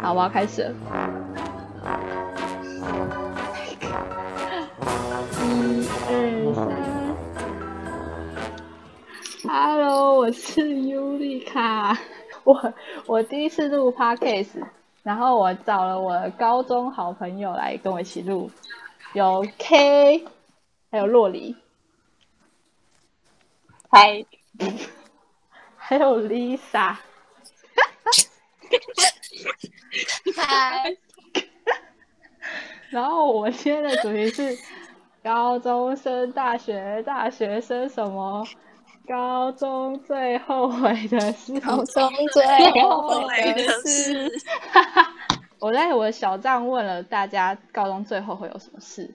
好，我要开始了。一二三，Hello，我是尤丽卡。我我第一次录 podcast，然后我找了我的高中好朋友来跟我一起录，有 K，还有洛黎，嗨， 还有 Lisa。嗨，然后我们今天的主题是高中生、大学、大学生什么？高中最后悔的事。高中哎最后悔的哦事， 我在我的小站问了大家高中最后会有什么事，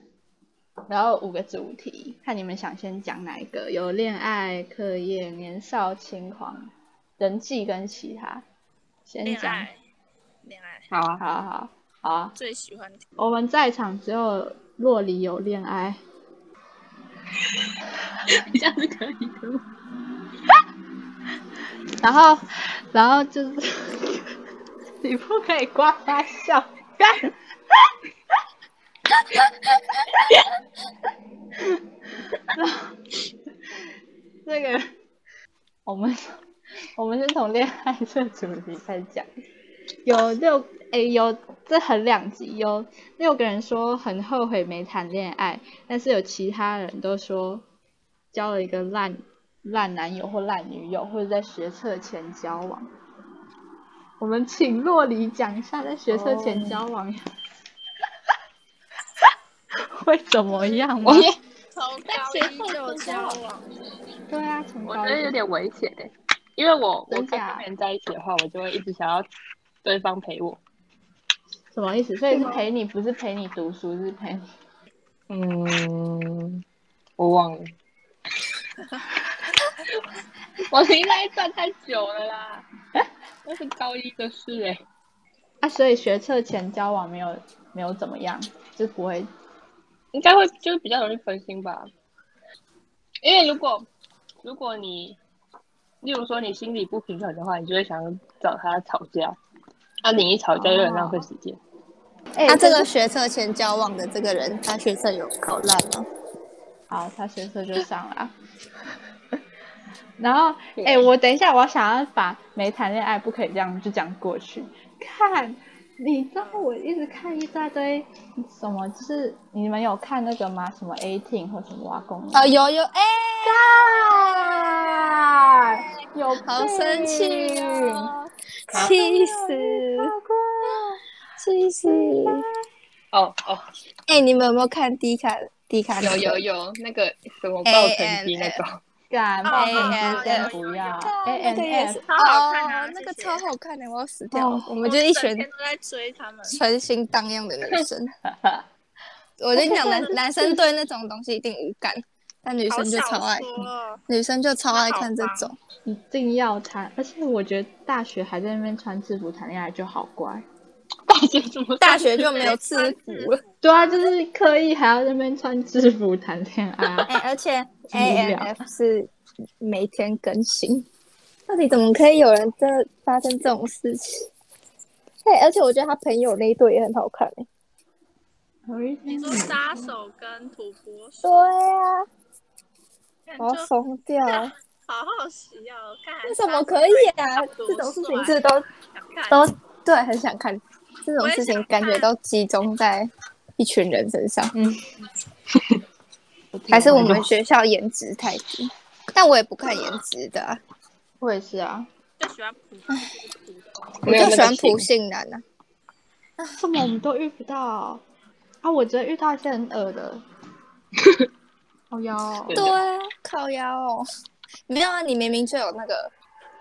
然后五个主题，看你们想先讲哪一个？有恋爱、课业、年少轻狂、人际跟其他。先恋讲，爱，恋爱好啊，好啊，好啊，好啊。最喜欢听我们在场只有洛里有恋爱， 这样子可以吗？ 然后，然后就是 你不可以刮他笑，干那个，我们我们先从恋爱这个主题开始讲，有六诶有这很两集，有六个人说很后悔没谈恋爱，但是有其他人都说交了一个烂烂男友或烂女友，或者在学测前交往。我们请洛里讲一下在学测前交哦往、 会怎么样吗？从高学一后就就交交往，对啊，从我高觉得有一点危险哎、因为我我真跟假别人在一起的话，我就会一直想要对方陪我。什么意啊思？所以是陪你，不是陪你读书，是陪你。嗯，我忘了。我应该算太久了啦，那是高一的事哎、啊，所以学测前交往没有没有怎么样，就不会应该会就是比较容易分心吧。因为如果如果你，例如说你心里不平衡的话，你就会想要找他吵架。那、你一吵架又很浪费时间。哎、他这就个是学测前交往的这个人，他学测有考烂吗？好，他学测就上了啊。 然后，哎、我等一下，我想要把没谈恋爱不可以这样就讲过去。看，你知道我一直看一大堆什么，就是你们有看那个吗？什么 eighteen 或什么挖工？啊、有有，哎、啊，有好生气病哦，气哦死，气死！哦哦，哎、你们有没有看迪卡迪卡那 有个？有有，那个什哎么报成绩那个，感冒哦很先有不有要对啊那个也 AMF 是，哎超好看啊哦，那谢个谢超好看的，我要死掉了。哦我们就一整群天都在追他们。春心荡漾的女生。我跟你讲， 男男生对那种东西一定无感，但女好生就少超爱，说哦，女生就超爱看这种。一定要谈，而且我觉得大学还在那边穿制服谈恋爱就好乖。大学怎么大学就没有制服了。对啊，就是刻意还要在那边穿制服谈恋爱啊、 哎、而 且无 A 聊 M F 是每天更新，到底怎么可以有人真的发生这种事情？对，而且我觉得他朋友那一对也很好看、欸、你嗯说杀手跟土拨鼠对，啊，看我哦就啊要疯掉！好好奇哦，看为什么可以啊？这种事情是都想看都对，很想看这种事我也想情，看感觉都集中在一群人身上，我听还是我完们就学校颜值太低？但我也不看颜值的、啊，我也是啊，就喜欢普普的，我没有那就喜个欢情普信男啊。为什么我们都遇不到啊？我觉得遇到一些很恶的，好哟， 对对啊，靠腰哦，没有啊，你明明就有那个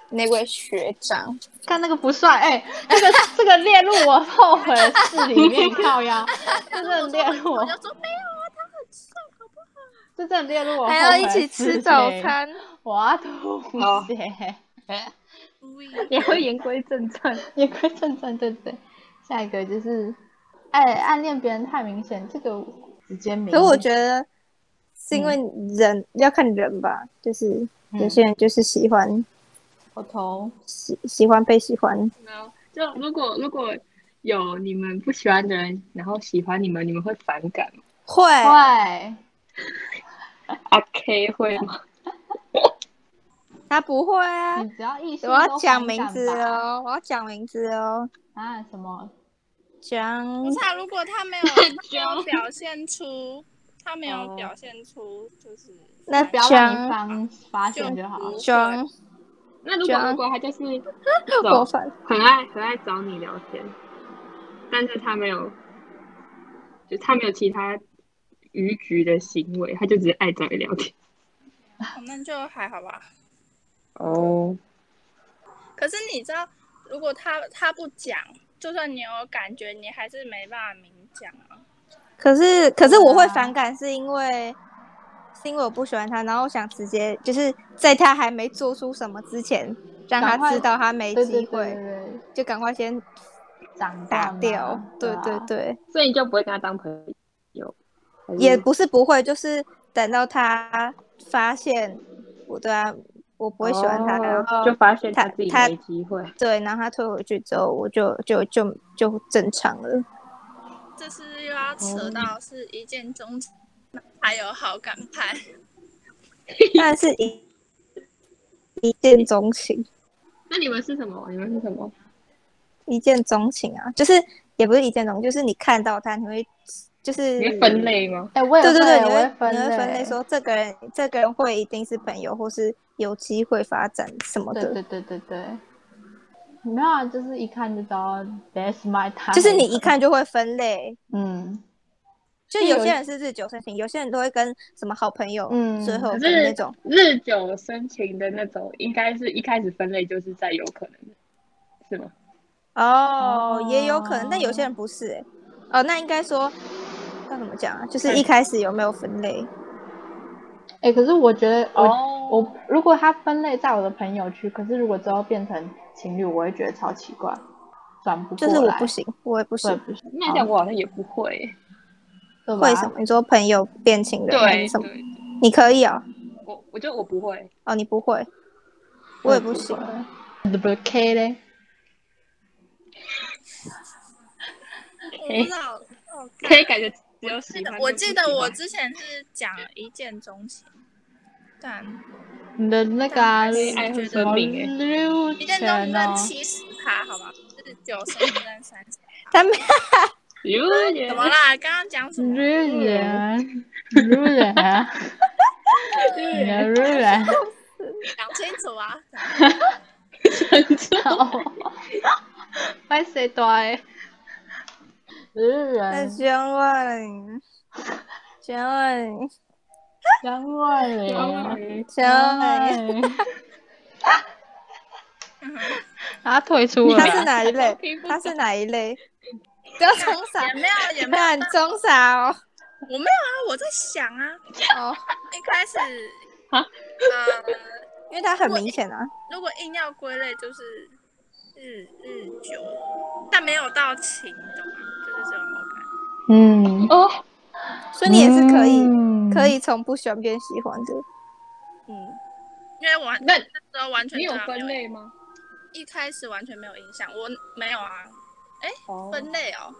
那位学长，看那个不算，哎、这个这个列入我后悔的事里面，靠 呀，这真的列入我我，就说没有啊，他很帅，好不好？这真的列入我后还悔要的一起事吃啊情早，餐，我要吐血。也 会言归正传。言归正传，对不对？下一个就是，哎，暗恋别人太明显，这个直接明。嗯可我觉得是因为人、要看人吧，就是有些人就是喜欢、我投喜喜欢被喜欢，没有，就如果如果有你们不喜欢的人，然后喜欢你们，你们会反感吗会坏， ？OK，会吗？他不会啊你。只要异性我都反感吧要讲名字哦，我要讲名字哦，啊，什么？讲不是啊，如果他没有 没有表现出，他没有哦表现出，就是那不要让一讲方发现就好。就装那如果讲如果他就是过走分，很爱很爱找你聊天，但是他没有，就他没有其他逾矩的行为，他就只是爱找你聊天。哦那就还好吧。哦，可是你知道，如果他他不讲，就算你有感觉，你还是没办法明讲啊。可是可是对啊我会反感，是因为是因为我不喜欢他，然后我想直接就是在他还没做出什么之前，让赶他快知道他没对机对对会，对对，就赶快先长大打嘛掉。对啊对对，所以你就不会跟他当朋友？还嗯是也不是不会，就是等到他发现我对他，我不会喜欢他，哦然后就发现他他自己他没机会。对，然后他退回去之后，我就就就就正常了。这是又要哦扯到是一见钟情，还有好感派。但是一一见钟情，那你们是什么？你们是什么？一见钟情啊，就是也不是一见钟情，就是你看到他，你会就是你会分，类吗？哎，我也对对会对，你我会会分你会分类类说这个人这个人会一定是朋友，或是有机会发展什么对的。对对对对，没有啊，就是一看就知道 that's my time。就是你一，看就会分类，嗯，就就有有些人是日久生情，有些人都会跟什么好朋友嗯最后可的那是种，日久生情的那种，应该是一开始分类就是在有可能的，是吗？哦，也有可哦能，但有些人不是、欸，哦，那应该说要怎么讲啊？就是嗯一开始有没有分类？哎，可是我觉得我哦我如果他分类在我的朋友区，可是如果之后变成情侣，我会觉得超奇怪，转不就是过我来不，行，我也不我也行，不行，那这样我好像也不会。对吧为什？么？你说朋友变情人还是对什么？对，你可以哦，我我觉得我不会。哦，你不会，我也不行。你不 K 嘞？我不知道，哦 可以 感觉只有记喜得欢。我记得我就之前是讲一见钟情，但你的那个啊但还是爱恨什分么明哎、六一见钟情全占哦，七十趴，好吧，就是九十占三十。他没有怎点么啦？刚刚讲什么？嗯六人，六人，你的六 人，讲清楚啊！哦 拜谁多哎？六哎那人，请问，请问，张万嗯林，请问，哎，啊他退出了他是哪一我类听？不他是哪一类？不要 装傻 也，没有，也没有，那很装傻哦。我没有啊，我在想啊，哦，一开始啊呃，因为他很明显啊。如果硬要归类，就是日日久，但没有到情，懂吗？就是这种好感。嗯，哦，所以你也是可以，嗯可以从不喜欢变喜欢的。嗯，因为完那那时候完 全你有对啊他没分有，类吗？一开始完全没有影响，我没有啊，哦分类哦，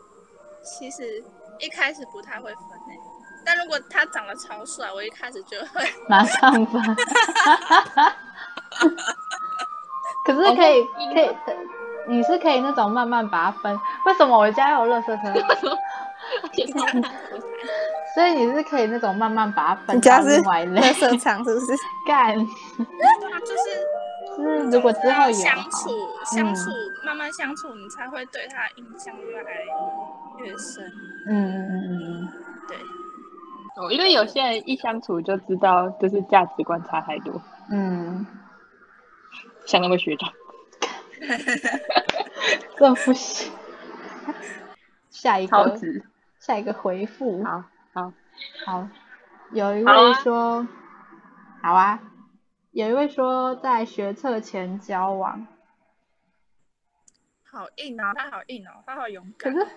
其实一开始不太会分类、但如果他长得超帅，我一开始就 会马上吧。 可是可以可以，你是可以那种慢慢把它分。为什么我家有垃圾 车？所以你是可以那种慢慢把它分你家到是另外一类垃圾场是不 是？ 干。他就是就是如果之后有嗯相好处相处、慢慢相处，你才会对他印象越来越深。嗯嗯嗯嗯，对， 哦因为有些人一相处就知道，就是价值观差太多，嗯，像那位学长。这不行。下一超个，值。下一个回复。好好好，有一好啊位说，好啊，有一位说在学测前交往，好硬哦，他好硬哦，他好勇可敢是，。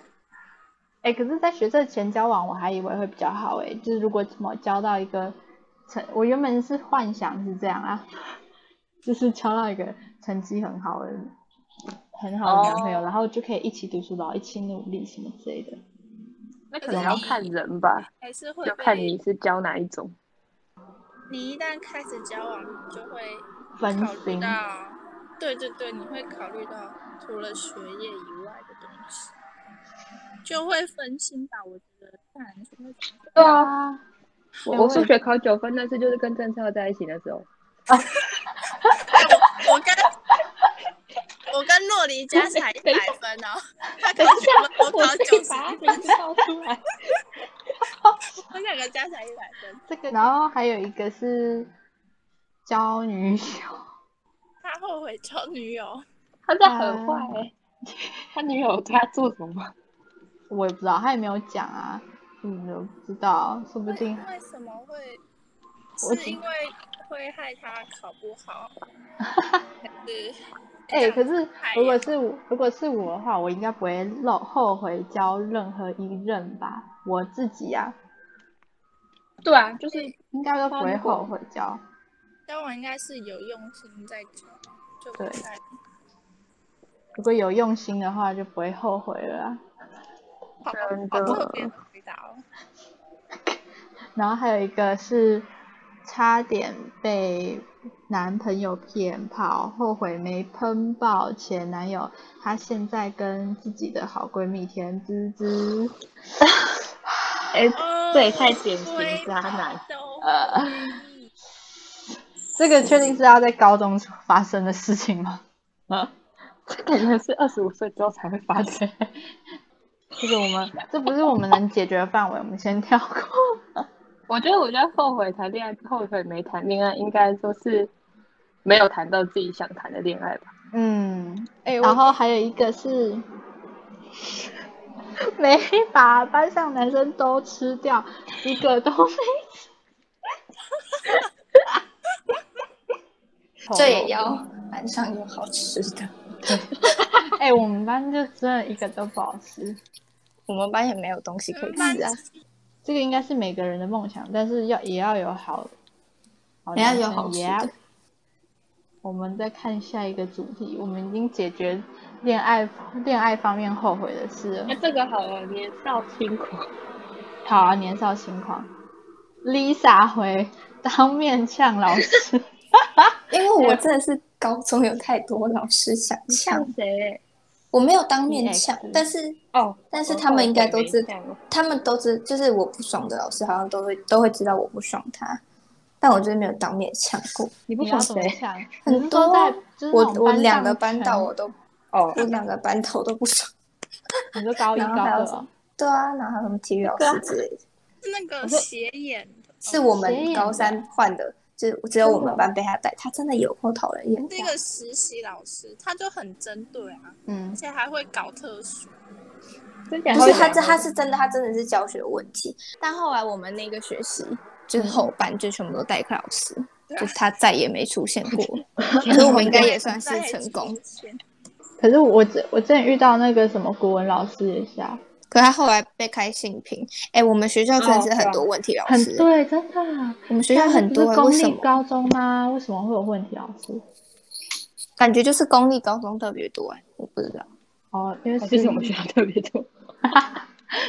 哎、可是，在学测前交往，我还以为会比较好哎、就是如果怎么交到一个成，我原本是幻想是这样啊，就是交到一个成绩很好的、很好的男哦朋友然后就可以一起读书，然后一起努力什么之类的。那可能要看人吧，还是会要看被你是教哪一种。你一旦开始交往，你就会分考虑心到，对对对，你会考虑到除了学业以外的东西，就会分心吧。我觉得，看就会分心对啊，我我我我数学考九分那次就是跟郑超在一起的时候， 我跟我跟洛黎加起来一百分哦，他考九分，我考九十，名字报出 来。我们两个加起来一百分。这个，然后还有一个是交女 友。他后悔交女友，他这很坏欸，他女友对他做什么 吗？我也不知道，他也没有讲啊，嗯，我不知道，说不为定为什么会？我是觉因为会害他考不好？还是哎、可是哎呀如果是我，如果是我的话，我应该不会后后悔交任何一任吧，我自己啊，对啊，就是应该都不会如果后悔交。交往应该是有用心在交，就不对太如果有用心的话，就不会后悔了啊。好真好的特别的回答哦。然后还有一个是差点被男朋友骗跑，后悔没喷爆前男友，她现在跟自己的好闺蜜甜滋滋。哎，哦这也太典型渣男。都嗯呃，这个确定是要在高中发生的事情吗？啊这感觉是二十五岁之后才会发生。 这个我们这不是我们能解决的范围，我们先跳过。我觉得我在后悔谈恋爱，后悔没谈恋爱，应该说是没有谈到自己想谈的恋爱吧。嗯，哎然后还有一个是 没把班上男生都吃掉，一个都没吃。 这也要晚上有好吃的。哎、我们班就真的一个都不好吃。我们班也没有东西可以吃啊，这个应该是每个人的梦想，但是要也要有好，好也要男有生好也吃要的。我们再看下一个主题，我们已经解决恋爱恋爱方面后悔的事了那。这个好哦，年少轻狂。好啊，年少轻狂。Lisa 回当面呛老师， 因为我真的是高中有太多老师想呛，谁？我没有当面呛 EX，但是哦，但是他们应该都知道。他们都知，就是我不爽的老师好像都会都会知道我不爽他，但我就是没有当面呛过。你不你爽要怎么谁？呛？很你是说多啊在就是我那种我两个上班导我都 哦，我两个班头都不爽。全，你说高一然后高还二有哦，对啊，然后还有什么体育老师之类的，是那个斜眼的，是我谁们演的高三换的，就是只有我们班被他带，他真的有够讨人厌。是一个实习老师，他就很针对啊，嗯而，且还会搞特殊。真不是他这他是真的，他真的是教学问题。但后来我们那个学期就是后半就全部都代课老师，啊就是他再也没出现 过。可是我们应该也算是成功，可是我之我之前遇到那个什么国文老师也是啊，可他后来被开性平。哎，我们学校真的是很多问题老哦啊很师，对，真的，我们学校很多啊不是为公什立么？高中吗？为什么会有问题老师？感觉就是公立高中特别多，哎，我不知道。哦，因为还是我们学校特别多。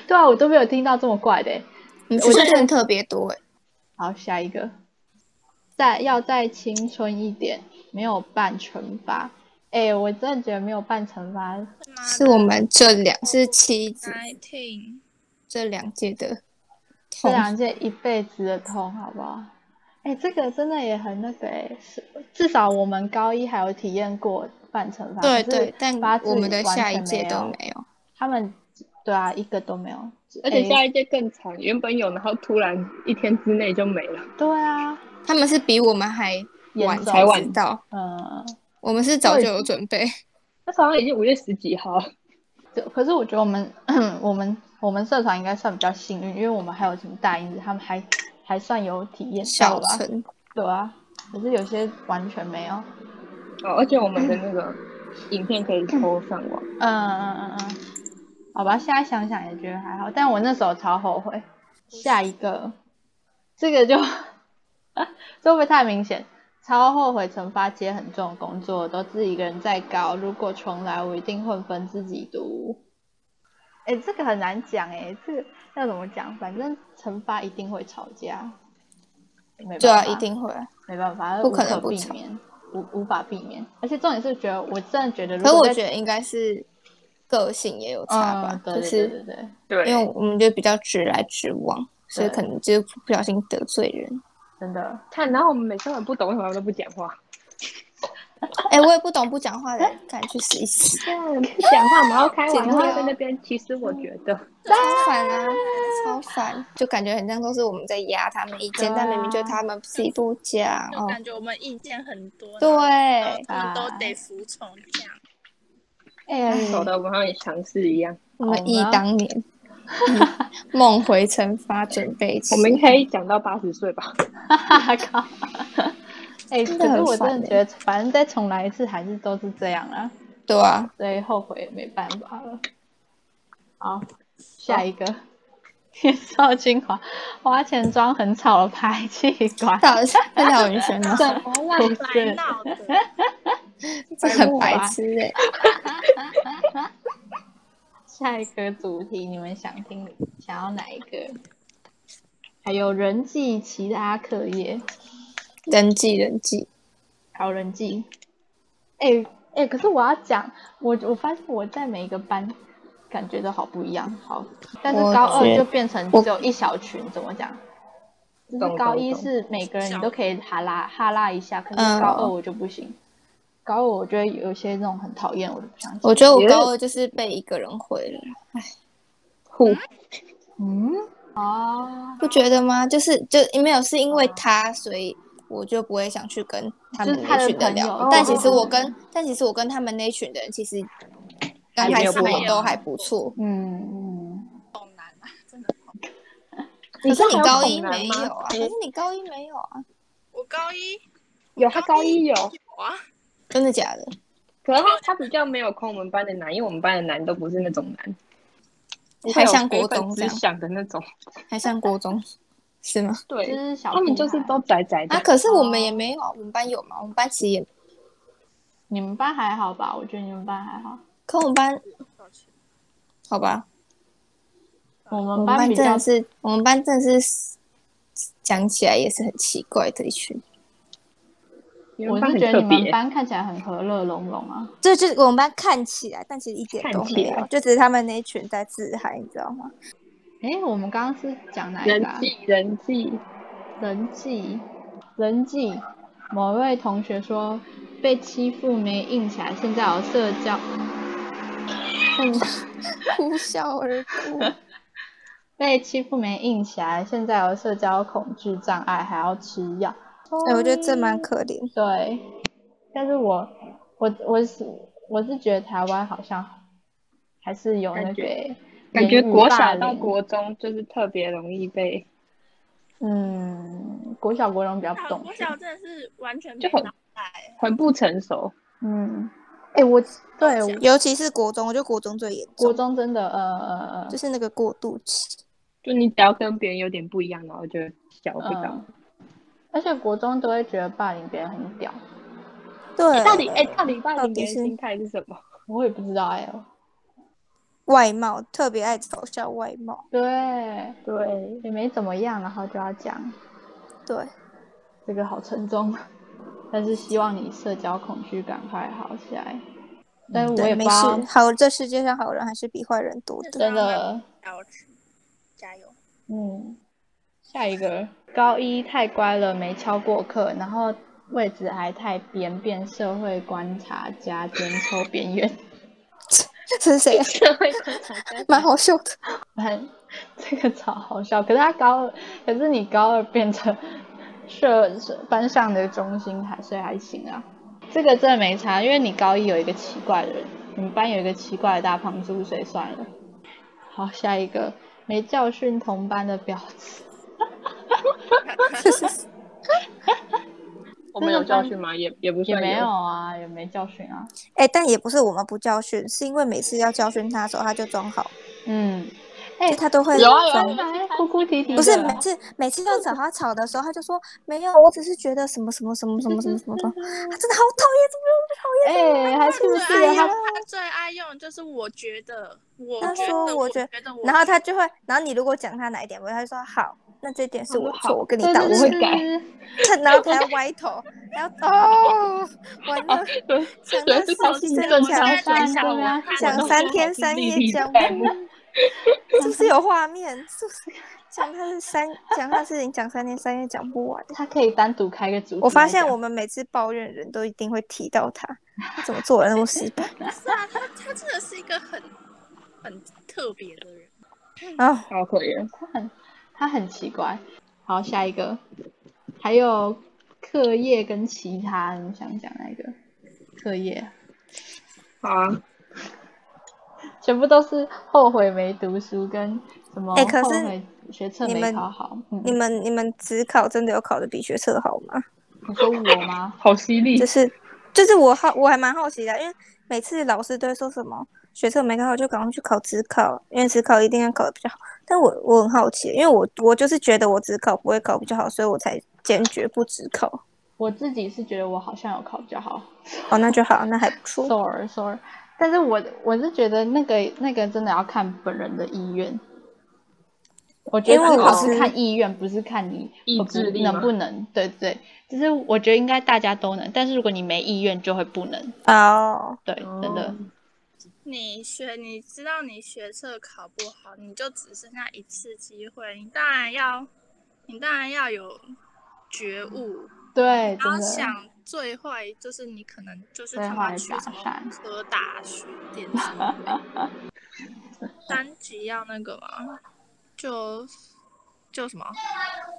对啊，我都没有听到这么怪的欸。我们学校真的特别多，哎，好，下一个，再要再青春一点，没有半惩罚。哎、我真的觉得没有半惩罚，是我们这两是七子 nineteen，这两届的这同两件一辈子的痛，好不好？哎、这个真的也很那个哎、是至少我们高一还有体验过半惩罚，对可是对，但八字我们的完下一全届没都有没有。他们对啊，一个都没有， 而且哎下一届更长，原本有，然后突然一天之内就没了。对啊，他们是比我们还严晚重才晚知道，嗯，我们是早对就有准备。那时候好像已经五月十几号，就可是我觉得我们 我们我们社团应该算比较幸运，因为我们还有什么大英子，他们还还算有体验到小吧，陈，对啊，可是有些完全没有。哦，而且我们的那个影片可以偷上网，嗯嗯嗯嗯，好吧，现在想想也觉得还好，但我那时候超后悔。下一个，这个就 这会不会太明显？超后悔惩罚接很重的工作，都自己一个人在搞。如果重来，我一定混分自己读。哎、这个很难讲哎、这个要怎么讲？反正惩罚一定会吵架，没对啊，办法一定会啊。没办法，不可无能不避吵免，无无法避免。而且重点是觉得，我真的觉得如可是果我在，觉得应该是个性也有差吧嗯，，对就对是对对对，对因为我们就比较直来直往，所以对可能就是不小心得罪人。真的，看，然后我们每次很不懂，为什么都不讲话？哎，我也不懂不讲话的，赶紧去死一死，不讲话，然后开玩玩笑笑在那边。其实我觉得，超烦啊，超烦，就感觉很像都是我们在压他们意见，但明明就他们自己不讲啊就哦。感觉我们意见很多，对，啊然后他们哎都得服从这样。哎、搞得我们好像也强势一样。我们忆当年， 嗯梦回惩罚准备起我。们可以讲到八十岁吧？哈哈靠！哎、真的可是很我真烦的欸觉得，反正再重来一次还是都是这样啦，对啊，所以后悔也没办法了。好，下一个，年少轻狂，花钱装很吵的排气管，到 底是 在聊人生吗？啊怎么啦？不烦是，恼的，这很白啊痴哎、 下一个主题，你们想听想要哪一个？还有人际、其他课业，人际人际，还有人际。哎、哎、可是我要讲，我我发现我在每一个班感觉都好不一样，好，但是我高二觉就变成只有一小群，怎么讲？就是懂高懂一懂是每个人你都可以哈拉哈拉一下，可是嗯高二我就不行。高二我觉得有一些那种很讨厌，我就不想讲。我觉得我高二就是被一个人毁了，互嗯哦，不觉得吗？就是就没有是因为他，所以我就不会想去跟他们就是他的那群的朋友聊哦。但其实我跟但其实我跟他们那群的人，其实刚也没开始有不也好都还不错。嗯嗯，可是你还有高一恐男没吗有啊？可是你高一没有啊？我高一有他高一有，有啊，真的假的？可是他他比较没有空我们班的难，因为我们班的难都不是那种难，还像国中中这思样，想的那种。还像国中是吗？就 对，是小他们屁就是孩都宅宅的啊，。可是我们也没有啊，我们班有吗？我们班其实也，你们班还好吧？我觉得你们班还好，可我们班好吧，我我们们班比真较的是，我们班真的是讲起来也是很奇怪的一群。你我们班是很觉得特你们别，班看起来很和乐融融啊，这就是我们班看起来，但其实一点都看没起来有，就只是他们那一群在自嗨，你知道吗？诶，我们刚刚是讲哪一人个、啊？际人际，人际，人际。某一位同学说被欺负没硬起来，现在有社交，呼啸而过，被欺负没硬起来，现在有社交恐惧障碍，还要吃药。哎、我觉得这蛮可怜。对，但是我我我是我是觉得台湾好像还是有那感个觉言感觉语国霸小到凌国中就是特别容易被，嗯国小国中比较不懂我事。小真的是完全就没很脑袋，很不成熟。嗯，哎、我对我尤其是国中，我觉得国中最严国重，中真的呃呃就是那个过渡期。就你只要跟别人有点不一样，然后就小不呃到。嗯，而且国中都会觉得霸凌别人很屌，对，到底哎、到底霸到凌底别人是心态是什么？我也不知道哎、外貌特别爱嘲笑外貌，对，对，也没怎么样，然后就要讲对，这个好沉重，啊但是希望你社交恐惧赶快好起来。但是我嗯对，也不没知道事，，好，这世界上好人还是比坏人多的。真的，要吃，加油！嗯，下一个高一太乖了，没敲过课，然后位置还太边，变社会观察家兼抽边缘。这是谁啊？ 社会观 察 家蛮好笑的。蛮哎这个超好笑。可是他高二，可是你高二变成社社班上的中心还，所以还行啊。这个真的没差，因为你高一有一个奇怪的人，你们班有一个奇怪的大胖猪，所以算了。好，下一个没教训同班的婊子，我们有教训吗？也也不也算没有啊，也没教训啊。哎、但也不是我们不教训，是因为每次要教训他的时候，他就装好，嗯，就他都会有啊有啊装有啊哎哭哭啼啼的，不是每次每次要找他吵的时候，他就说没有，我只是觉得什么什么什么什么什么什么什么，他真的好讨厌，怎么哎、还是不最啊是啊爱用他？他最爱用就是我觉得，我他觉说得，我我觉觉得，我然后他就会，然后你如果讲他哪一点不对，他就说好，那这点是我好错，我跟你对道对我会歉。对改对对他然后他要歪头，然后哦，完啊了，，对，讲对到这手超机级真正假常的现象对啊我看讲到三都天是三历夜历讲在目完，是不是有画面？是不是讲他是三讲他事情讲三天三夜讲不完？他可以单独开个主题来讲。我发现我们每次抱怨人都一定会提到他，他怎么做人那么失败？ 是啊， 他他真的是一个很很特别的人。啊，好可怜。他很他很奇怪。好，下一个，还有课业跟其他，你们想讲哪一个？课业， 好啊，全部都是后悔没读书跟什么哎可后是悔学测你没们考好。你嗯，们你们只考真的有考的比学测好吗？你说我吗？好犀利就，是就是我好我还蛮好奇的，啊因为每次老师都会说什么学测没考好就赶快去考职考，因为职考一定要考的比较好。但我我很好奇，因为我我就是觉得我职考不会考比较好，所以我才坚决不职考。我自己是觉得我好像有考比较好，哦，那就好，那还不哦错。 sorry sorry，但是我我是觉得那个那个真的要看本人的意愿。我觉得因为至我少是是看意愿，不是看你意我不志力吗能不能。对对，就是我觉得应该大家都能，但是如果你没意愿，就会不能。哦，对，真的哦。你学，你知道你学测考不好，你就只剩下一次机会，你当然要，你当然要有觉悟，对，然后真的。想最坏就是你可能就是最他妈坏去打什么算科大 学电子类单级要那个嘛，就就什么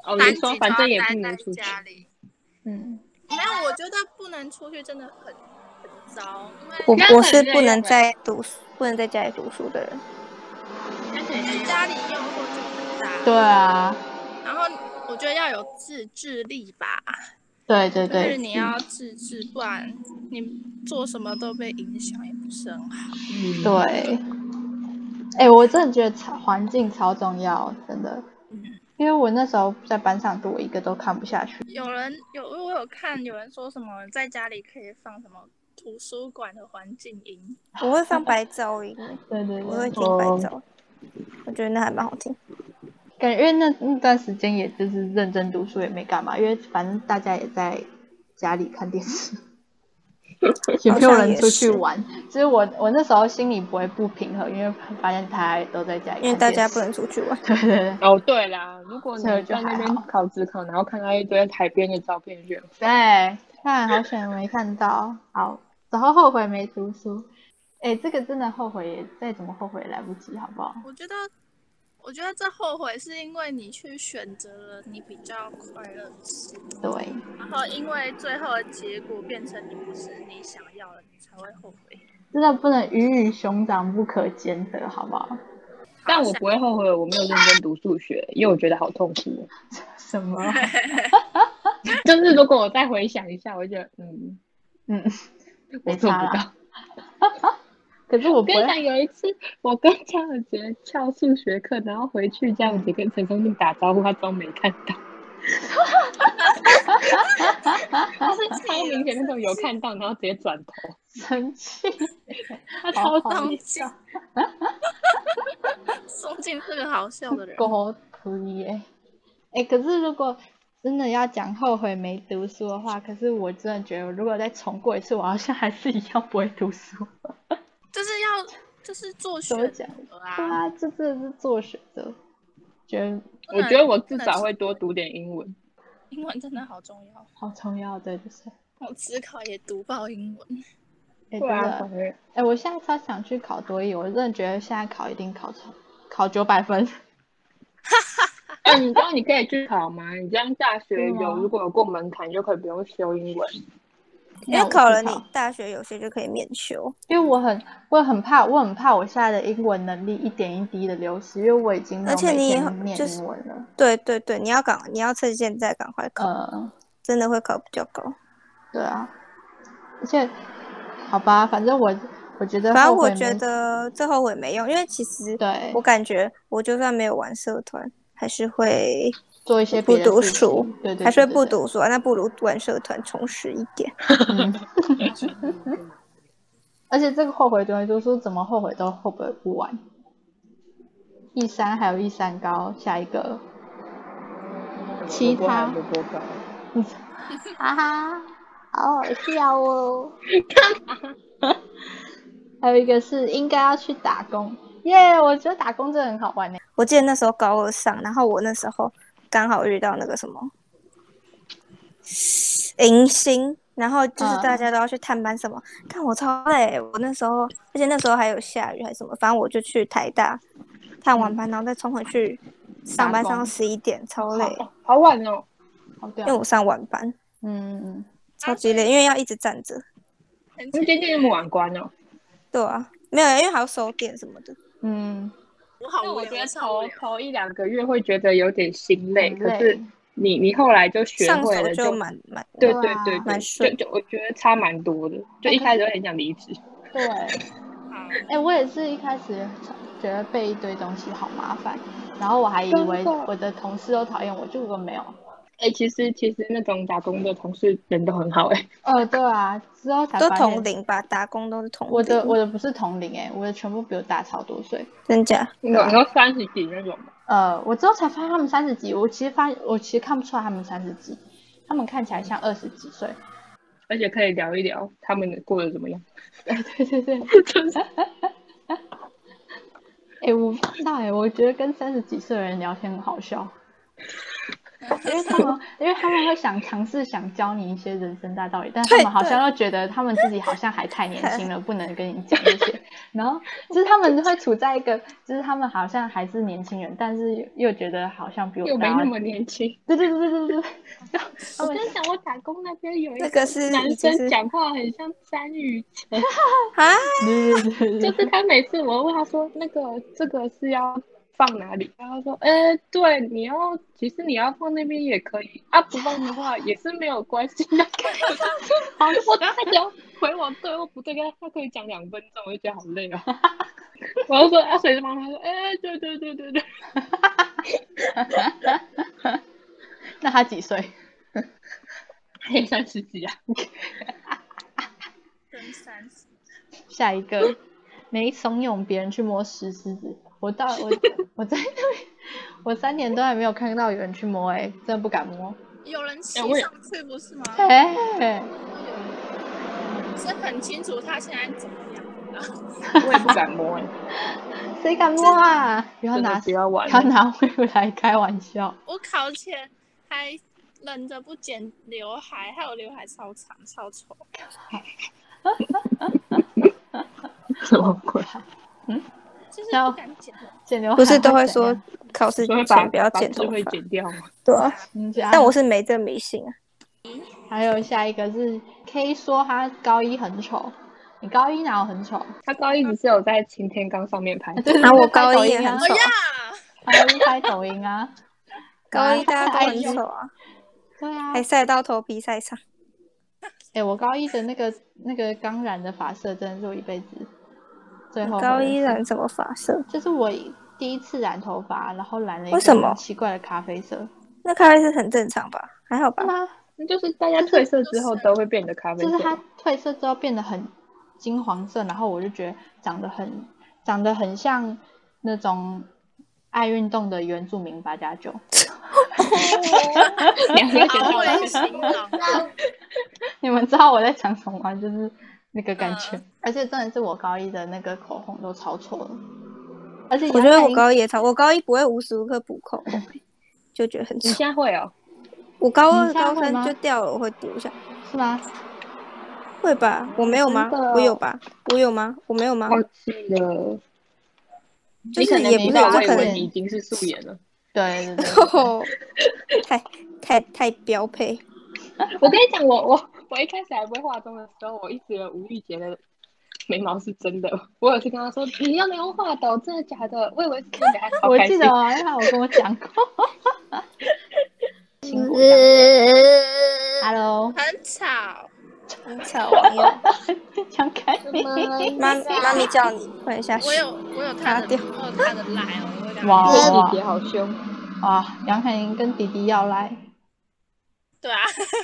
哦，单你局说就反正也要不待能在出去，家里。嗯，没有，我觉得不能出去真的很很糟，因为我那很我是不累能耶在读书，不能在家里读书的人。就是家里诱惑就很大。对啊，然后我觉得要有自制力吧，对对就对，是你要自制，不然你做什么都被影响，也不是很好。嗯，对。哎、我真的觉得超环境超重要，真的。因为我那时候在班上，对我一个都看不下去。有人有我有看有人说什么在家里可以放什么图书馆的环境音，我会放白噪音，对对我会对，听白哦噪，我觉得那还蛮好听。感觉那那段时间也就是认真读书，也没干嘛，因为反正大家也在家里看电视，也没有人出去玩。其实我我那时候心里不会不平衡，因为发现大家都在家里看电视，因为大家不能出去玩，对对对哦，对啦，如果你这个就在那还边好考自考，然后看到一堆海边的照片，就对，看好险没看到，好，然后后悔没读书。 哎，这个真的后悔也，再怎么后悔也来不及，好不好？我觉得。我觉得这后悔是因为你去选择了你比较快乐的事，对，然后因为最后的结果变成你不是你想要的，你才会后 悔。真的不能鱼与熊掌不可兼得，好不好？但我不会后悔我没有认真读数学，因为我觉得好痛苦。哦什么？就是如果我再回想一下，我就觉得嗯， 嗯，我没做差不到啦。可是我我不跟会，你讲，有一次我跟张小杰翘数学课，然后回去张小杰跟陈松静打招呼，他装没看 到，就是超明显那种有看到，然后直接转头，生气。他超哦好好生宋气静，宋静是个好笑的人。狗图耶。哎、可是如果真的要讲后悔没读书的话，可是我真的觉得，如果再重过一次，我好像还是一样不会读书。就是要就是做选对择啊，啊， 这真的是做选择，觉得我觉得我至少会多读点英文。英文真的好重要。好重要对，就是。我思考也读爆英文，哎、对真啊，的，反 正哎、我现在超想去考多一，我真的觉得现在考一定考超考九百分。哎，你知道你可以去考吗？你这样大学真的有吗如果有过门槛，就可以不用修英文。因那为我考去了你大学有些就可以免修。因为我很我很怕，我很怕我现在的英文能力一点一滴的流失，因为我已经没有而且每你天以后念就是英文了。对对对，你要赶，你要趁现在赶快考，呃，真的会考比较高。对啊，而且好吧，反正我我觉得反正后悔我没觉得这后悔没用，因为其实对我感觉我就算没有玩社团，还是会做一些不别的读事情书，对对，还是对会对不。对读书啊，那不如玩社团充实一点。嗯， 而且这个后悔读读书怎么后悔都后悔不完。一三还有一三高，下一个嗯嗯其他萝卜糕， 哈哈，好好笑哦。 还有一个是应该要去打工，耶、我觉得打工真的很好玩呢。我记得那时候高二上，然后我那时候刚好遇到那个什么迎新，然后就是大嗯家都要去探班什么，看、我超累。我那时候，而且那时候还有下雨还是什么，反正我就去台大探完班，然后再冲回去上班，打工上到十一点，超累，好好晚哦。好对因啊、为我上晚班，嗯嗯超级累，因为要一直站着。很那今天那么晚关哦？对啊，没有，因为还要收点什么的。嗯，我好那无我觉聊，得超头无聊。头一两个月会觉得有点心累，很可是你你后来就学上会手了，就蛮蛮对对对啊对蛮对，就顺就我觉得差蛮多的，就一开始会很想离职。对，哎、好我也是一开始觉得背一堆东西好麻烦，然后我还以为真的我的同事都讨厌我，结果没有。哎、其实其实那种打工的同事人都很好哎、 呃，对啊，之后才都发同现龄吧，打工都是同龄。我的我的不是同龄哎、我的全部比我大超多岁。真假？你说三十几那种吗？呃，我之后才发现他们三十几，我其实发我其实看不出来他们三十几，他们看起来像二十几岁。 而且可以聊一聊他们过得怎么样。 对对对，哎、我不知道哎、我觉得跟三十几岁的人聊天很好 笑，因为他们因为他们会想尝试想教你一些人生大道理，但他对们好对像又觉得他们自己好像还太年 轻了，不能跟你讲这些。然后就是他们会处在一个，就是他们好像还是年轻人，但是又又觉得好像比我又没大要那么年轻。对对对 对对对，他们想我打工那边有那个是已经是讲话很像三语 成，啊，对对对对对是他每次我问他说那个这个是要放哪里，然后他说，呃，对，你要其实你要放那边也可以，啊，不放的话也是没有关系的。 好我他只要回我对或不对，跟他他可以讲两分钟，我就觉得好累哦。 我就说啊，谁帮他说，哎、对对对对对，那他几岁？ 他也三十几啊。跟三十，下一个，没怂恿别人去摸石狮子。我到我 我在那边，我三年都还没有看到有人去摸、欸，哎，真的不敢摸。有人骑我也上去不是吗？哎、是很清楚他现在怎么样。我也不敢摸哎、谁敢摸啊？不要真的拿不要玩 不要了拿未来开玩笑。我考前还忍着不剪刘海，害我刘海超长超丑。 什么鬼？就是然后不敢剪。剪刘海不是都会哦怎样说，考试所以之把前不要把剪智头慧发？剪掉吗？对啊，嗯这样但我是没这迷信啊。还有下一个是 K 说他高一很丑，你高一哪有很丑？他高一只是有在擎天岗上面拍，啊对然后我拍高抖一也音啊 高很丑，啊！一拍抖音啊，高一大家都哎很呦丑啊，对啊，还晒到头皮晒伤。哎、我高一的那个那个刚染的发色，真的是我一辈子最后悔的高一事染什么发色？就是我第一次染头发，然后染了一个为什么奇怪的咖啡色？啊那咖啡是很正常吧？还好吧是？吗？那就是大家褪色之后都会变得咖啡就色。是它褪色之后变得很金黄色，然后我就觉得长得很长得很像那种爱运动的原住民八加九。 两个剪好掉会了，形容，你们知道我在讲什么吗？就是那个感觉，嗯而且真的是我高一的那个口红都超错了，而且我觉得杨我丞琳高一也超，我高一不会无时无刻补口红，就觉得很你丑。现在会哦？我高你二、现在高会三吗就掉了，我会补一下，是吗？会吧？我没有吗真的？我有吧？我有吗？我没有吗？记了，就哦你可是能也不没是，我到，我就以可为能你已经是素颜了。对对对对对哦， 太太太标配。 我跟你讲，我我我一开始还不会化妆的时候，我一直以为吴玉洁的眉毛是真的。我有一次跟他说：“你要不要画的？真的假的？”我以为是真的，还超我开记心得。哦，因为我跟我讲 过。辛苦的 Hello，很吵。你吵网友，想看你。妈妈咪叫你，快点下去我。有我有他的，掉我有他的来哦，我有两哇个。哇姐姐好凶，哇，杨海英跟弟弟要来，对啊，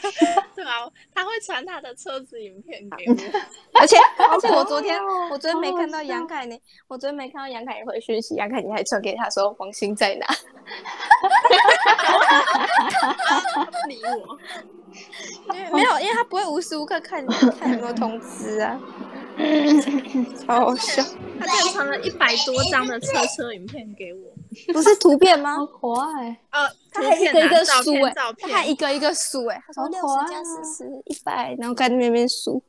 对啊，他会传他的车子影片给我。 而且而且我昨天我昨天没看到杨凯呢，我昨天没看到杨凯回讯息，杨凯你还传给他说王鑫在哪？理我，因为没有，因为他不会无时无刻看看有没有通知 啊，超好笑。他竟然传了一百多张的车车影片给我， 不是图片吗好？可爱。呃，他图还一片个一啊个照数哎、片照哦他还片，一个一个数哎、他说好六可爱十加四十一百，然后在那边边数。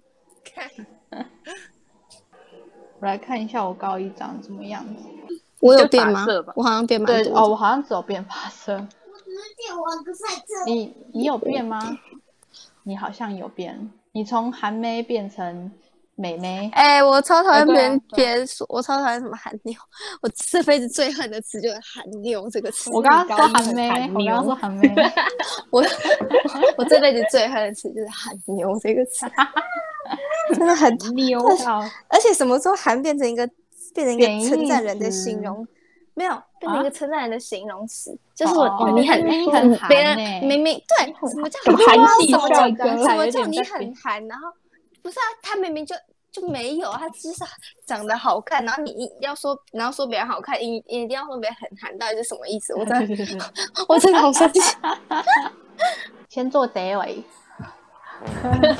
我来看一下我高一长什么样子。我有就变发吗色吧？我好像变蛮对多的。哦，我好像只有变发色。你你有变吗？你好像有变，你从韩妹变成美妹。哎、我超讨哎厌对啊别对人啊别人说，我超讨厌什么韩妞，我这辈子最恨的词就是韩妞这个词。我刚刚说韩妹，韩我妞刚刚说韩妹。我 我这辈子最恨的词就是韩妞这个 词，真的很讨溜到而且什么时候韩变成一个变成一贬义个称赞人的词形容？没有变成一啊个称赞人的形容词，就是我、哦哦哦你很哎你嗯很韩别人欸明明对什么叫很妞韩啊系什么帅叫哥什啦么有叫点你在很贬韩？然后不是啊，他明明就就没有啊，他只是长得好看，然后你一要说然后说别人好看，你你一定要说别人很韩，到底是什么意思？我真的我真的好生气。先做结尾。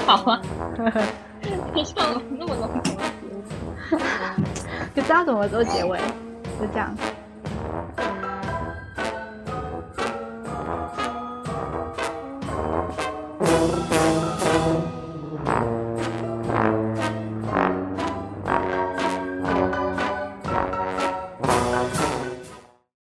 好啊， 你笑得那么浓。可知道怎么做结尾，就这样。